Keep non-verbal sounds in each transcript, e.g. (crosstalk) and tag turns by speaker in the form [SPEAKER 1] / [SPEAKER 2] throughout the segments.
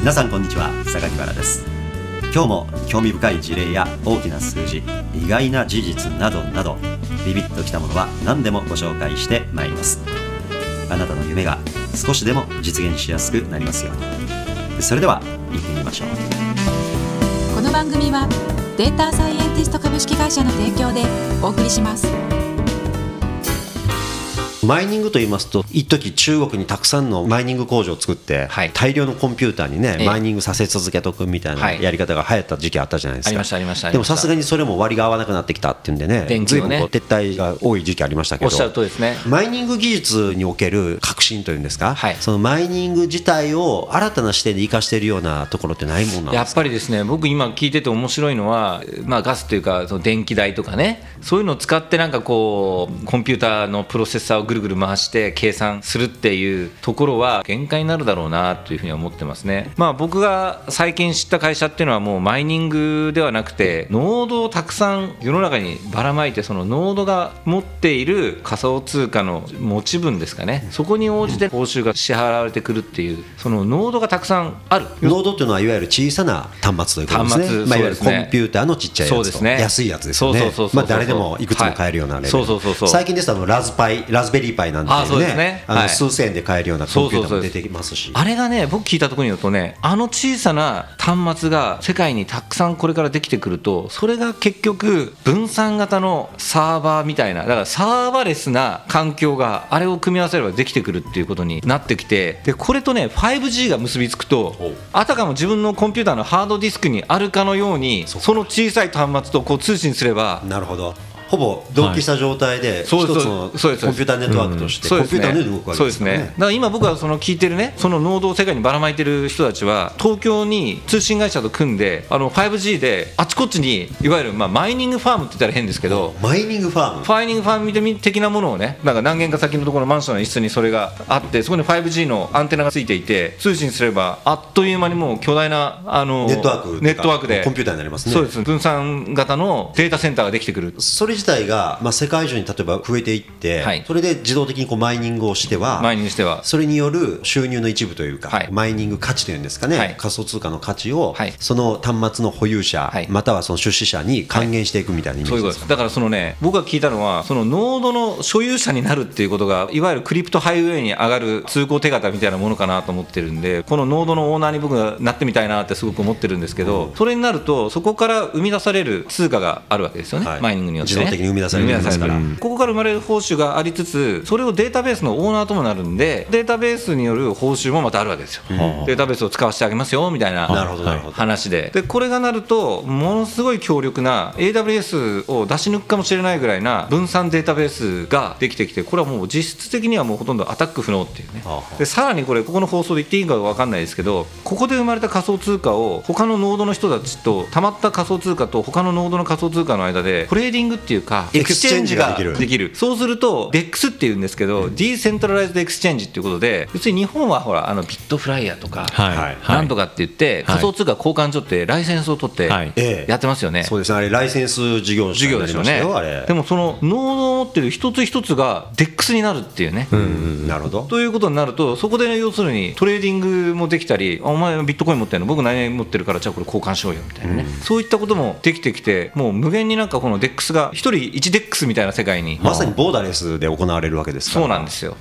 [SPEAKER 1] 皆さんこんにちは榊原です今日も興味深い事例や大きな数字意外な事実などなどビビッときたものは何でもご紹介してまいりますあなたの夢が少しでも実現しやすくなりますようにそれでは行ってみましょう
[SPEAKER 2] この番組はデータサイエンティスト株式会社の提供でお送りします
[SPEAKER 3] マイニングと言いますと一時中国にたくさんのマイニング工場を作って、
[SPEAKER 4] はい
[SPEAKER 3] 大量のコンピューターにね、
[SPEAKER 4] ええ
[SPEAKER 3] マイニングさせ続けとくみたいな
[SPEAKER 4] はい
[SPEAKER 3] やり方が流行った時期あったじゃないですか
[SPEAKER 4] ありましたありましたあり
[SPEAKER 3] でも
[SPEAKER 4] ました
[SPEAKER 3] さすがにそれも割が合わなくなってきたっていうんでね
[SPEAKER 4] 電気
[SPEAKER 3] 随
[SPEAKER 4] の
[SPEAKER 3] 分
[SPEAKER 4] ね
[SPEAKER 3] こう撤退が多い時期ありましたけ
[SPEAKER 4] おっ
[SPEAKER 3] ど
[SPEAKER 4] しゃるとりですね。
[SPEAKER 3] マイニング技術における革新というんですか、
[SPEAKER 4] はい
[SPEAKER 3] そのマイニング自体を新たな視点で生かしているようなところってないもんなん
[SPEAKER 4] や
[SPEAKER 3] で
[SPEAKER 4] っ
[SPEAKER 3] すか
[SPEAKER 4] ぱりですね僕今聞いてて面白いのは、まあ、ガスというかその電気代とかねそういうのを使ってなんかこうコンピューターのプロセッサーをぐるぐる回して計算するっていうところは限界になるだろうなというふうには思ってますね、まあ、僕が最近知った会社っていうのはもうマイニングではなくてノードをたくさん世の中にばらまいてそのノードが持っている仮想通貨の持ち分ですかねそこに応じて報酬が支払われてくるっていうそのノードがたくさんある
[SPEAKER 3] ノードっていうのはいわゆる小さな端末ということです
[SPEAKER 4] 端
[SPEAKER 3] ね、
[SPEAKER 4] 末
[SPEAKER 3] まあ、いわゆる
[SPEAKER 4] そ
[SPEAKER 3] コ
[SPEAKER 4] うですね
[SPEAKER 3] ンピューターのちっちゃいやつと
[SPEAKER 4] そうですね
[SPEAKER 3] 安いやつですよね
[SPEAKER 4] そうそうそうそう
[SPEAKER 3] まあ誰でもいくつも買えるようなレベル、
[SPEAKER 4] はいそうそうそうそう
[SPEAKER 3] 最近ですとあのラズパイラズベリーパイなんて
[SPEAKER 4] あ
[SPEAKER 3] い
[SPEAKER 4] そうう
[SPEAKER 3] ね
[SPEAKER 4] ですね
[SPEAKER 3] あ
[SPEAKER 4] は
[SPEAKER 3] の
[SPEAKER 4] い
[SPEAKER 3] 数千円で買えるようなコンピューター
[SPEAKER 4] そうそうそ
[SPEAKER 3] も
[SPEAKER 4] う
[SPEAKER 3] 出
[SPEAKER 4] です
[SPEAKER 3] てきますし
[SPEAKER 4] あれがね僕聞いたところによるとねあの小さな端末が世界にたくさんこれからできてくるとそれが結局分散型のサーバーみたいなだからサーバーレスな環境があれを組み合わせればできてくるっていうことになってきてでこれとね 5G が結びつくと
[SPEAKER 3] おう
[SPEAKER 4] あたかも自分のコンピューターのハードディスクにあるかのように
[SPEAKER 3] そうか
[SPEAKER 4] その小さい端末とこう通信すれば
[SPEAKER 3] なるほどほぼ同期した状態で一つ
[SPEAKER 4] そうです
[SPEAKER 3] のコンピ
[SPEAKER 4] そうです
[SPEAKER 3] ューターネットワークとして、
[SPEAKER 4] そう
[SPEAKER 3] コ
[SPEAKER 4] で
[SPEAKER 3] ン
[SPEAKER 4] す
[SPEAKER 3] ピューターの
[SPEAKER 4] ね
[SPEAKER 3] ように動くわ
[SPEAKER 4] そ
[SPEAKER 3] け
[SPEAKER 4] う
[SPEAKER 3] で
[SPEAKER 4] ですす
[SPEAKER 3] から
[SPEAKER 4] ね
[SPEAKER 3] ね
[SPEAKER 4] だから今僕はその聞いてるねそのノードを世界にばらまいてる人たちは東京に通信会社と組んであの 5G であちこちにいわゆるまあマイニングファームって言ったら変ですけど
[SPEAKER 3] マイニングファーム
[SPEAKER 4] ファイニングファーム的なものをねなんか何軒か先のところのマンションの一室にそれがあってそこに 5G のアンテナがついていて通信すればあっという間にもう巨大なあの
[SPEAKER 3] ネットワークとか
[SPEAKER 4] ネットワークで
[SPEAKER 3] コンピューターになりますね
[SPEAKER 4] そうです分散型のデータセンターができてくる
[SPEAKER 3] それ自体が、まあ、世界中に例えば増えていって、
[SPEAKER 4] はい
[SPEAKER 3] それで自動的にこうマイニングをしては
[SPEAKER 4] マイニングしては
[SPEAKER 3] それによる収入の一部というか、
[SPEAKER 4] はい
[SPEAKER 3] マイニング価値というんですかね、
[SPEAKER 4] はい
[SPEAKER 3] 仮想通貨の価値を、
[SPEAKER 4] はい
[SPEAKER 3] その端末の保有者、
[SPEAKER 4] はい
[SPEAKER 3] またはその出資者に還元していくみたいなイメ
[SPEAKER 4] そ
[SPEAKER 3] ー
[SPEAKER 4] ういう
[SPEAKER 3] ジ
[SPEAKER 4] こ
[SPEAKER 3] で
[SPEAKER 4] と
[SPEAKER 3] すか、
[SPEAKER 4] ですだからそのね僕が聞いたのはそのノードの所有者になるっていうことがいわゆるクリプトハイウェイに上がる通行手形みたいなものかなと思ってるんでこのノードのオーナーに僕がなってみたいなってすごく思ってるんですけど、それになるとそこから生み出される通貨があるわけですよね、
[SPEAKER 3] はい
[SPEAKER 4] マイニングによって、ね、
[SPEAKER 3] 自動的に生み出される
[SPEAKER 4] 生み出される
[SPEAKER 3] うん
[SPEAKER 4] ここから生まれる報酬がありつつそれをデータベースのオーナーともなるんでデータベースによる報酬もまたあるわけですよ、データベースを使わせてあげますよみたいな
[SPEAKER 3] なるほどなるほど
[SPEAKER 4] 話ででこれがなるとものすごい強力な AWS を出し抜くかもしれないぐらいな分散データベースができてきてこれはもう実質的にはもうほとんどアタック不能っていうね
[SPEAKER 3] はあはあ
[SPEAKER 4] でさらにこれここの放送で言っていいか分かんないですけどここで生まれた仮想通貨を他のノードの人たちとたまった仮想通貨と他のノードの仮想通貨の間でトレーディングっていうか
[SPEAKER 3] エクスチェンジができる
[SPEAKER 4] エクスチェンジができるそうすると DEX っていうんですけどディーセントラライズドエクスチェンジっていうことで別に日本はほらあのビットフライヤーとか
[SPEAKER 5] はい
[SPEAKER 3] はい
[SPEAKER 4] なんとかって言って、仮想通貨交換所ってライセンスを取って
[SPEAKER 5] はい
[SPEAKER 3] ええ
[SPEAKER 4] やってますよね。
[SPEAKER 3] そうですねあれライセンス事業者
[SPEAKER 4] 授
[SPEAKER 3] に
[SPEAKER 4] 業
[SPEAKER 3] なり
[SPEAKER 4] です
[SPEAKER 3] まし
[SPEAKER 4] よ
[SPEAKER 3] た
[SPEAKER 4] ね
[SPEAKER 3] よあれ
[SPEAKER 4] でもそのノードを持ってる一つ一つが DEX になるっていうね、
[SPEAKER 3] うんなるほど
[SPEAKER 4] ということになるとそこで要するにトレーディングもできたりあお前ビットコイン持ってるの僕何々持ってるからじゃあこれ交換しようよみたいなね、そういったこともできてきてもう無限になんかこの DEX が一人一 DEX みたいな世界に
[SPEAKER 3] まさにボーダーレスで行われるわけですから
[SPEAKER 4] そうなんですよ、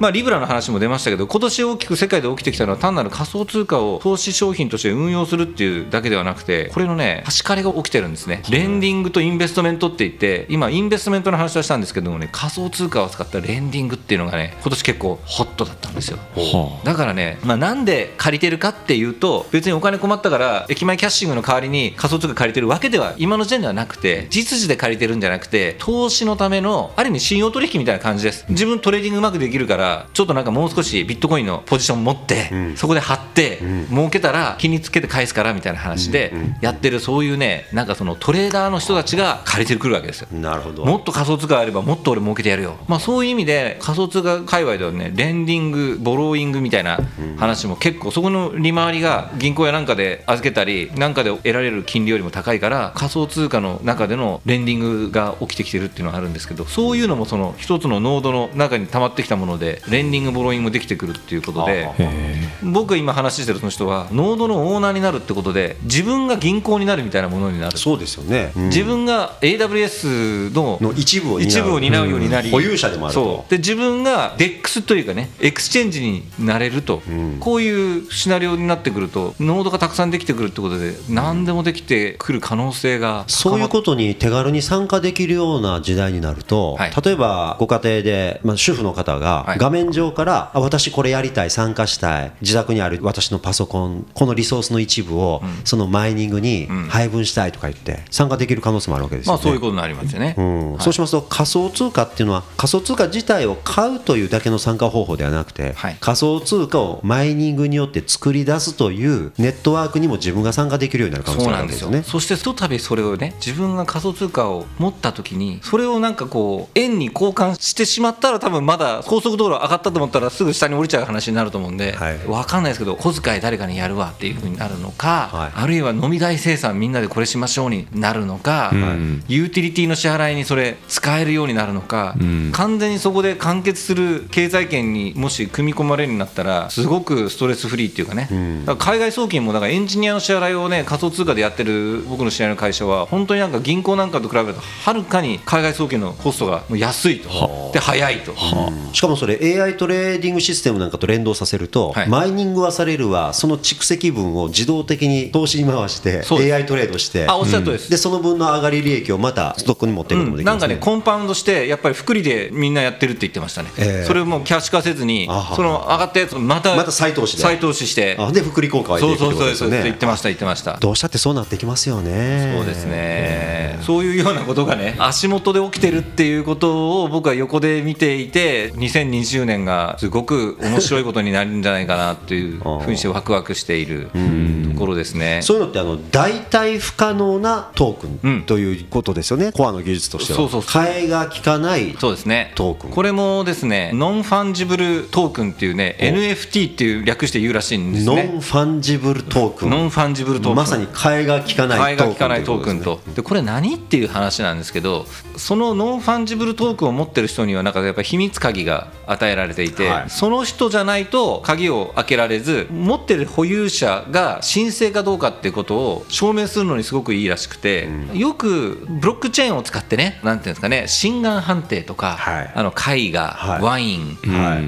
[SPEAKER 4] まあ、リブラの話も出ましたけど、今年大きく世界で起きてきたのは、単なる仮想通貨を投資商品として運用するっていうだけではなくて、これのね、貸し借りが起きてるんですね、レンディングとインベストメントって言って、今、インベストメントの話はしたんですけどもね、仮想通貨を使ったレンディングっていうのがね、今年結構ホットだったんですよ。
[SPEAKER 5] は
[SPEAKER 4] だからね、まあ、なんで借りてるかっていうと別にお金困ったから駅前キャッシングの代わりに仮想通貨借りてるわけでは今の時点ではなくて実需で借りてるんじゃなくて投資のためのある意味信用取引みたいな感じです自分トレーディングうまくできるからちょっとなんかもう少しビットコインのポジション持って、
[SPEAKER 3] ん
[SPEAKER 4] そこで張って、
[SPEAKER 3] ん
[SPEAKER 4] 儲けたら気につけて返すからみたいな話でやってるそういうねなんかそのトレーダーの人たちが借りてくるわけですよ。
[SPEAKER 3] なるほど
[SPEAKER 4] もっと仮想通貨あればもっと俺儲けてやるよ、まあ、そういう意味で仮想通貨界隈ではねレンディングボローイングみたいな話も結構そこの利回りが銀行やなんかで預けたりなんかで得られる金利よりも高いから仮想通貨の中でのレンディングが起きてきてるっていうのはあるんですけどそういうのもその一つのノードの中に溜まってきたものでレンディングボローイングもできてくるっていうことで
[SPEAKER 5] へえ
[SPEAKER 4] 僕が今話してるその人はノードのオーナーになるってことで自分が銀行になるみたいなものになる
[SPEAKER 3] そうですよね、うん
[SPEAKER 4] 自分が AWS の
[SPEAKER 3] の一部を担う
[SPEAKER 4] 一部を担うようになり、
[SPEAKER 3] うん保有者でもあると
[SPEAKER 4] そうで自分が DEX というかねエクスチェンジになれると、
[SPEAKER 3] ん
[SPEAKER 4] こういうシナリオになってくるとノードがたくさんできてくるってことで何でもできてくる可能性が高ま
[SPEAKER 3] そういうことに手軽に参加できるような時代になると、
[SPEAKER 4] はい
[SPEAKER 3] 例えばご家庭で、まあ、主婦の方
[SPEAKER 4] は
[SPEAKER 3] が
[SPEAKER 4] い
[SPEAKER 3] 画面上から、あ私これやりたい参加したい自宅にある私のパソコンこのリソースの一部を、
[SPEAKER 4] うん
[SPEAKER 3] そのマイニングに
[SPEAKER 4] うん
[SPEAKER 3] 配分したいとか言って参加できる可能性もあるわけですよ
[SPEAKER 4] まあ
[SPEAKER 3] ね。
[SPEAKER 4] そういうことになりますよね、
[SPEAKER 3] うん
[SPEAKER 4] はい
[SPEAKER 3] そうしますと仮想通貨っていうのは仮想通貨自体を買うというだけの参加方法ではなくて、
[SPEAKER 4] はい
[SPEAKER 3] 仮想通貨をマイニングによって作り出すというネットワークにも自分が参加できるようになる可能
[SPEAKER 4] そ
[SPEAKER 3] 性
[SPEAKER 4] う
[SPEAKER 3] があ
[SPEAKER 4] な
[SPEAKER 3] る
[SPEAKER 4] ん
[SPEAKER 3] わけです
[SPEAKER 4] で
[SPEAKER 3] すよ
[SPEAKER 4] よ
[SPEAKER 3] ね。
[SPEAKER 4] そしてひとたびそれをね自分が仮想通貨を持った時にそれをなんかこう円に交換してしまったら多分まだ高速道路上がったと思ったらすぐ下に降りちゃう話になると思うんで、
[SPEAKER 3] はい
[SPEAKER 4] わかんないですけど小遣い誰かにやるわっていうふうになるのか、
[SPEAKER 3] はい
[SPEAKER 4] あるいは飲み代生産みんなでこれしましょうになるのか、
[SPEAKER 5] うん
[SPEAKER 4] ユーティリティの支払いにそれ使えるようになるのか、
[SPEAKER 5] うん
[SPEAKER 4] 完全にそこで完結する経済圏にもし組み込まれるようになったらすごくストレスフリーっていうかね、
[SPEAKER 3] ん
[SPEAKER 4] だから海外送金もだからエンジニアの支払いをね仮想通貨でやってる僕の知り合いの会社は本当になんか銀行なんかと比べるとはるかに海外送金のコストがもう安いとで早いと。
[SPEAKER 3] うんしかもそれ AI トレーディングシステムなんかと連動させると、
[SPEAKER 4] はい
[SPEAKER 3] マイニングはされるわその蓄積分を自動的に投資に回して
[SPEAKER 4] そうです
[SPEAKER 3] AI トレードして
[SPEAKER 4] あおっしゃる通りです、
[SPEAKER 3] でその分の上がり利益をまたストックに持っていくこともでき
[SPEAKER 4] な
[SPEAKER 3] ま
[SPEAKER 4] ん
[SPEAKER 3] す、
[SPEAKER 4] か
[SPEAKER 3] ね
[SPEAKER 4] ね、コンパウンドして、やっぱり複利でみんなやってるって言ってましたね、
[SPEAKER 3] ええ
[SPEAKER 4] それをもうキャッシュ化せずに
[SPEAKER 3] あは、は
[SPEAKER 4] その上がったやつ、また
[SPEAKER 3] また再投資で
[SPEAKER 4] 再投資して、
[SPEAKER 3] あで福利効果が出
[SPEAKER 4] そ
[SPEAKER 3] て
[SPEAKER 4] う
[SPEAKER 3] くる
[SPEAKER 4] そう
[SPEAKER 3] ってこと
[SPEAKER 4] そう
[SPEAKER 3] で
[SPEAKER 4] ですす
[SPEAKER 3] よ
[SPEAKER 4] 言
[SPEAKER 3] ね
[SPEAKER 4] ってました言ってました
[SPEAKER 3] どうしたってそうなってきますよね
[SPEAKER 4] そうですねそういうようなことがね足元で起きてるっていうことを僕は横で見ていて2020年がすごく面白いことになるんじゃないかなっていう
[SPEAKER 3] ああ
[SPEAKER 4] ふうにしてワクワクしているところですね。
[SPEAKER 3] そういうのってあの代替不可能なトーク
[SPEAKER 4] うん
[SPEAKER 3] ンということですよね、コアの技術としては
[SPEAKER 4] そうそうそ
[SPEAKER 3] 替えが利かない
[SPEAKER 4] そうですね
[SPEAKER 3] トークン
[SPEAKER 4] これもですねノンファンジブルトークンっていうね
[SPEAKER 3] お
[SPEAKER 4] NFT っていう略して言うらしいんです
[SPEAKER 3] ノン
[SPEAKER 4] ね
[SPEAKER 3] ファンジブルトークン
[SPEAKER 4] ノンファンジブルトークン
[SPEAKER 3] まさに替えが利かな
[SPEAKER 4] 替
[SPEAKER 3] い
[SPEAKER 4] え
[SPEAKER 3] トー
[SPEAKER 4] が
[SPEAKER 3] クン
[SPEAKER 4] 利かないトークン
[SPEAKER 3] ということですね
[SPEAKER 4] と、でこれ何っていう話なんですけど、そのノンファンジブルトークンを持ってる人には、なんかやっぱ秘密鍵が与えられていて、
[SPEAKER 3] はい
[SPEAKER 4] その人じゃないと鍵を開けられず、持ってる保有者が申請かどうかっていうことを証明するのにすごくいいらしくて、よくブロックチェーンを使ってね、なんていうんですかね、心眼判定とか、
[SPEAKER 3] はい
[SPEAKER 4] あの絵画、
[SPEAKER 3] はい
[SPEAKER 4] ワイン、
[SPEAKER 5] はい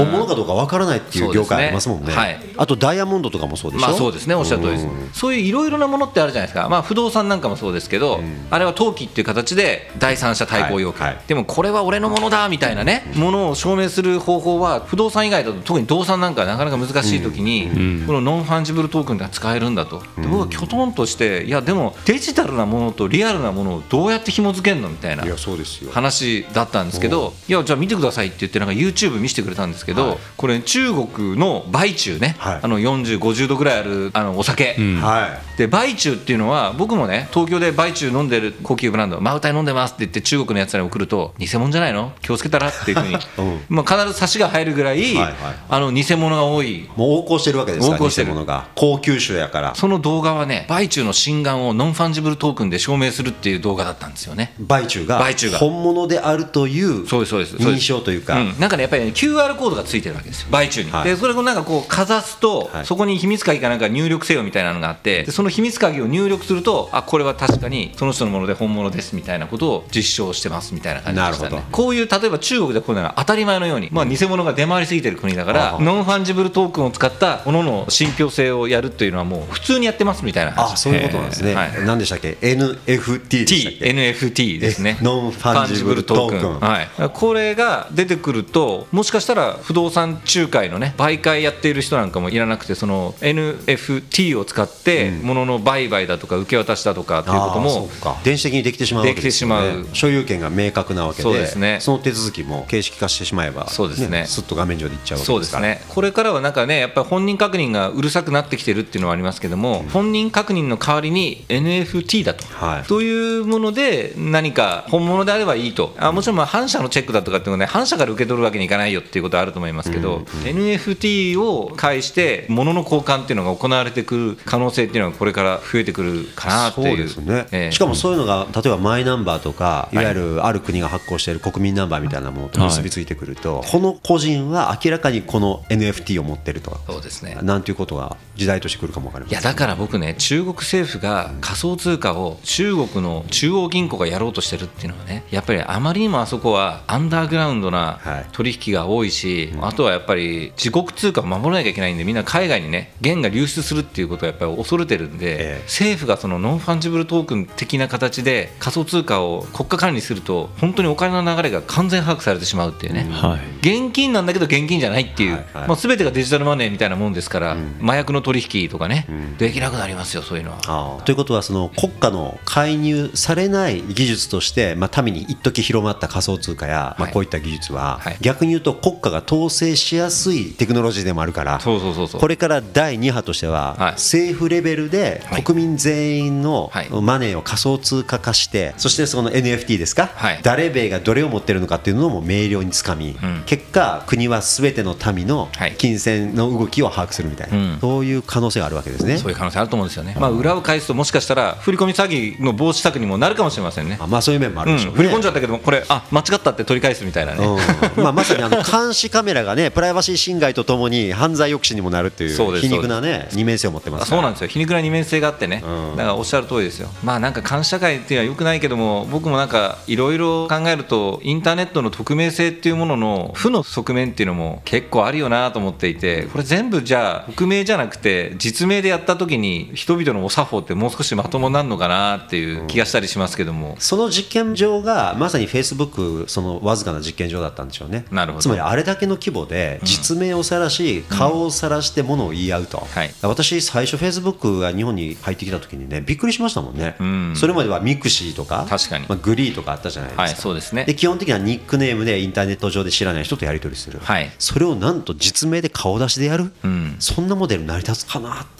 [SPEAKER 4] うん
[SPEAKER 3] 本物かどうかわからないっていう業界ありますもんね
[SPEAKER 4] そうですね
[SPEAKER 3] あとダイヤモンドとかもそうでしょ
[SPEAKER 4] まあそうですねおっしゃる通りです
[SPEAKER 3] うん
[SPEAKER 4] そういういろいろなものってあるじゃないですか、まあ、不動産なんかもそうですけど、あれは登記っていう形で第三者対抗要件、
[SPEAKER 3] はいはい
[SPEAKER 4] でもこれは俺のものだみたいなね、ものを証明する方法は不動産以外だと特に動産なんかなかなか難しい時に、このノンファンジブルトークンが使えるんだと、で僕はきょとんとしていやでもデジタルなものとリアルなものをどうやって紐付けるのみたいない
[SPEAKER 3] やそうですよ
[SPEAKER 4] 話だったんですけど、いや、じゃあ見てくださいって言って、なんか YouTube 見せてくれたんですけど、これ、中国の売中ね、
[SPEAKER 3] はい
[SPEAKER 4] あの40、50度ぐらいあるあのお酒。
[SPEAKER 5] うん
[SPEAKER 3] は
[SPEAKER 4] で売中っていうのは僕もね東京で売中飲んでる高級ブランドマウタイ飲んでますって言って中国のやつらに送ると偽物じゃないの気をつけたらっていうふうに、
[SPEAKER 3] (laughs) うん
[SPEAKER 4] まあ、必ず差しが入るぐらい、
[SPEAKER 3] はいはい
[SPEAKER 4] あの偽物が多い
[SPEAKER 3] いもう横行してるわけですから
[SPEAKER 4] 横行してる
[SPEAKER 3] 偽物が高級種やから
[SPEAKER 4] その動画はね売中の心眼をノンファンジブルトークンで証明するっていう動画だったんですよね
[SPEAKER 3] 売中が
[SPEAKER 4] 買収が
[SPEAKER 3] 本物であるという
[SPEAKER 4] そうですそうですそう
[SPEAKER 3] 認
[SPEAKER 4] です
[SPEAKER 3] 証というか、
[SPEAKER 4] うんなんかねやっぱり、ね、QR コードがついてるわけですよ買中に、
[SPEAKER 3] はい
[SPEAKER 4] でそれをなんかこうかざすと、
[SPEAKER 3] はい
[SPEAKER 4] そこに秘密鍵かなんか入力せよみたいなのがあってでその秘密鍵を入力するとあこれは確かにその人のもので本物ですみたいなことを実証してますみたいな感じでした
[SPEAKER 3] なる
[SPEAKER 4] ね
[SPEAKER 3] ほ
[SPEAKER 4] こういう例えば中国でこういうのが当たり前のように、まあ、偽物が出回りすぎてる国だか
[SPEAKER 3] あ
[SPEAKER 4] ら
[SPEAKER 3] は
[SPEAKER 4] ノンファンジブルトークンを使ったものの信憑性をやるというのはもう普通にやってますみたいな話
[SPEAKER 3] あそういうことなんですね、
[SPEAKER 4] はい
[SPEAKER 3] 何でしたっけ NFT でしたっ
[SPEAKER 4] T
[SPEAKER 3] け
[SPEAKER 4] NFT ですね
[SPEAKER 3] えノンファンジブルトークン
[SPEAKER 4] ファンジブルはい、これが出てくるともしかしたら不動産仲介のね媒介やっている人なんかもいらなくてその NFT を使って物の売買だとか受け渡しだとかっていうこと
[SPEAKER 3] あー
[SPEAKER 4] も
[SPEAKER 3] そうか電子的にできてしまうわけですよ
[SPEAKER 4] で
[SPEAKER 3] ね
[SPEAKER 4] きてしまう
[SPEAKER 3] 所有権が明確なわけで
[SPEAKER 4] そうですね
[SPEAKER 3] その手続きも形式化してしまえば
[SPEAKER 4] そうですね
[SPEAKER 3] すっと画面上でいっちゃうわけ
[SPEAKER 4] そ
[SPEAKER 3] で
[SPEAKER 4] うですす
[SPEAKER 3] から
[SPEAKER 4] ねこれからはなんかねやっぱり本人確認がうるさくなってきてるっていうのはありますけども、本人確認の代わりに NFT だと、
[SPEAKER 3] はい
[SPEAKER 4] というもので何か本物であればいいとあもちろんまあ反社のチェックだとかっていうのはね反社から受け取るわけにいかないよっていうことはあると思いますけど、NFT を介して物の交換っていうのが行われてくる可能性っていうのがこれから増えてくるかなって
[SPEAKER 3] そう
[SPEAKER 4] い
[SPEAKER 3] で
[SPEAKER 4] う
[SPEAKER 3] すね、
[SPEAKER 4] ええ
[SPEAKER 3] しかもそういうのが例えばマイナンバーとかいわゆるある国が発行している国民ナンバーみたいなものと結びついてくると、この個人は明らかにこの NFT を持ってるとか
[SPEAKER 4] そうですね
[SPEAKER 3] なんていうことが時代としてくるかもわかりま
[SPEAKER 4] い
[SPEAKER 3] せん
[SPEAKER 4] やだから僕ね中国政府が仮想通貨を中国の中央銀行がやろうとしてるっていうのはねやっぱりあまりにもあそこはアンダーグラウンドな
[SPEAKER 3] はい
[SPEAKER 4] 取引が多いし、あとはやっぱり自国通貨を守らなきゃいけないんでみんな海外にね元が流出するっていうことをやっぱり恐れてるんで、
[SPEAKER 3] ええ
[SPEAKER 4] 政府がそのノンファンジブルトークン的な形で仮想通貨を国家管理すると本当にお金の流れが完全把握されてしまうっていうね、
[SPEAKER 5] はい
[SPEAKER 4] 現金なんだけど現金じゃないっていう、
[SPEAKER 3] はいはい
[SPEAKER 4] まあ、全てがデジタルマネーみたいなもんですから、麻薬の取引とかね、
[SPEAKER 3] ん
[SPEAKER 4] できなくなりますよそういうのは。
[SPEAKER 3] あーということはその国家の介入されない技術として、まあ、民に一時広まった仮想通貨や、ま
[SPEAKER 4] は
[SPEAKER 3] あ、
[SPEAKER 4] い
[SPEAKER 3] こういった技術は、
[SPEAKER 4] はい
[SPEAKER 3] 逆に言うと国家が統制しやすいテクノロジーでもあるから
[SPEAKER 4] そうそうそうそう
[SPEAKER 3] これから第2波としては、
[SPEAKER 4] はい
[SPEAKER 3] 政府レベルで
[SPEAKER 4] はい
[SPEAKER 3] 国民全員の
[SPEAKER 4] はい
[SPEAKER 3] マネーを仮想通貨化して、そしてその NFT ですか、
[SPEAKER 4] はい
[SPEAKER 3] 誰べがどれを持ってるのかっていうのも明瞭につかみ、
[SPEAKER 4] うん
[SPEAKER 3] 結果国は全ての民の
[SPEAKER 4] はい
[SPEAKER 3] 金銭の動きを把握するみたいな、
[SPEAKER 4] うん
[SPEAKER 3] そういう可能性があるわけですね
[SPEAKER 4] そういう可能性あると思うんですよね、まあ、裏を返すと、もしかしたら振り込み詐欺の防止策にもなるかもしれませんね、
[SPEAKER 3] あまあそういう面もあ
[SPEAKER 4] う
[SPEAKER 3] る
[SPEAKER 4] ん、
[SPEAKER 3] でしょうね、
[SPEAKER 4] 振り込んじゃったけども、これ、あ間違ったって取り返すみたいなね、
[SPEAKER 3] うんまあ、まさにあの監視カメラがねプライバシー侵害とともに犯罪抑止にもなるとい
[SPEAKER 4] そう
[SPEAKER 3] う
[SPEAKER 4] です
[SPEAKER 3] 皮肉なね二面性を持ってま
[SPEAKER 4] あ
[SPEAKER 3] すか
[SPEAKER 4] そう
[SPEAKER 3] ら
[SPEAKER 4] なんですよ皮肉な二面性があってね、
[SPEAKER 3] うん
[SPEAKER 4] だからおっしゃる通りですよ、まあなんか監視社会っていうのはよくないけども、僕もなんかいろいろ考えると、インターネットの匿名性っていうものの負の側面っていうのも結構あるよなと思っていて、これ全部じゃあ、匿名じゃなくて、実名でやった時に、人々のお作法ってもう少しまともになるのかなっていう気がしたりしますけども、
[SPEAKER 3] その実験場がまさにフェイスブックそのわずかな実験場だったんでしょうね
[SPEAKER 4] なるほど
[SPEAKER 3] つまりあれだけの規模で実名を晒し、顔を晒してものを言い合うと、
[SPEAKER 4] はい
[SPEAKER 3] 私最初フェイスブックが日本に入ってきた時にねびっくりしましたもんね、
[SPEAKER 4] うん
[SPEAKER 3] それまではミクシーとか
[SPEAKER 4] 確かに
[SPEAKER 3] まあ、グリーとかあったじゃないですか、
[SPEAKER 4] はい、そうですね
[SPEAKER 3] で。基本的にはニックネームでインターネット上で知らない人とやり取りする、
[SPEAKER 4] はい
[SPEAKER 3] それをなんと実名で顔出しでやる、
[SPEAKER 4] うん
[SPEAKER 3] そんなモデル成り立つかなって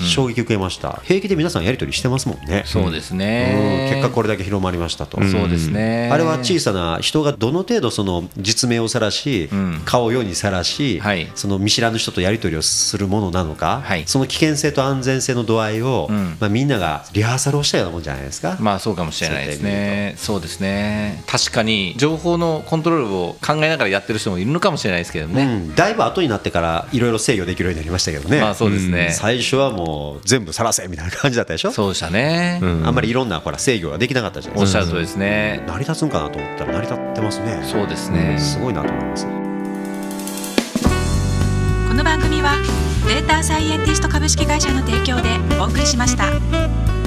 [SPEAKER 3] 衝撃を受けました、平気で皆さんやり取りしてますもんね
[SPEAKER 4] そうです
[SPEAKER 3] うん
[SPEAKER 4] ね。
[SPEAKER 3] 結果これだけ広まりましたと、
[SPEAKER 4] そうですね。
[SPEAKER 3] あれは小さな人がどの程度その実名を晒し、
[SPEAKER 4] うん
[SPEAKER 3] 顔を世に晒し、
[SPEAKER 4] はい
[SPEAKER 3] その見知らぬ人とやり取りをするものなのか、
[SPEAKER 4] はい
[SPEAKER 3] その危険性と安全性の度合いを、
[SPEAKER 4] うん
[SPEAKER 3] まあ、みんながリハーサルをしたようなもんじゃないですか、
[SPEAKER 4] まあそうかもしれないですね。そうですね。確かに情報のコントロールを考えながらやってる人もいるのかもしれないですけど
[SPEAKER 3] う
[SPEAKER 4] ね。
[SPEAKER 3] ん、だいぶ後になってからいろいろ制御できるようになりましたけどね、
[SPEAKER 4] まあそうですね。
[SPEAKER 3] 最初はもう全部晒せみたいな感じだったでしょ、
[SPEAKER 4] そうでしたね。
[SPEAKER 5] ん
[SPEAKER 3] あんまりいろんなほら制御ができなかったじゃない
[SPEAKER 4] お
[SPEAKER 3] です
[SPEAKER 4] っし
[SPEAKER 3] か、
[SPEAKER 4] ゃる通りですね。
[SPEAKER 3] 成り立つんかなと思ったら成り立ってますね
[SPEAKER 4] そうですね。
[SPEAKER 3] すごいなと思います
[SPEAKER 2] この番組はデータサイエンティスト株式会社の提供でお送りしました。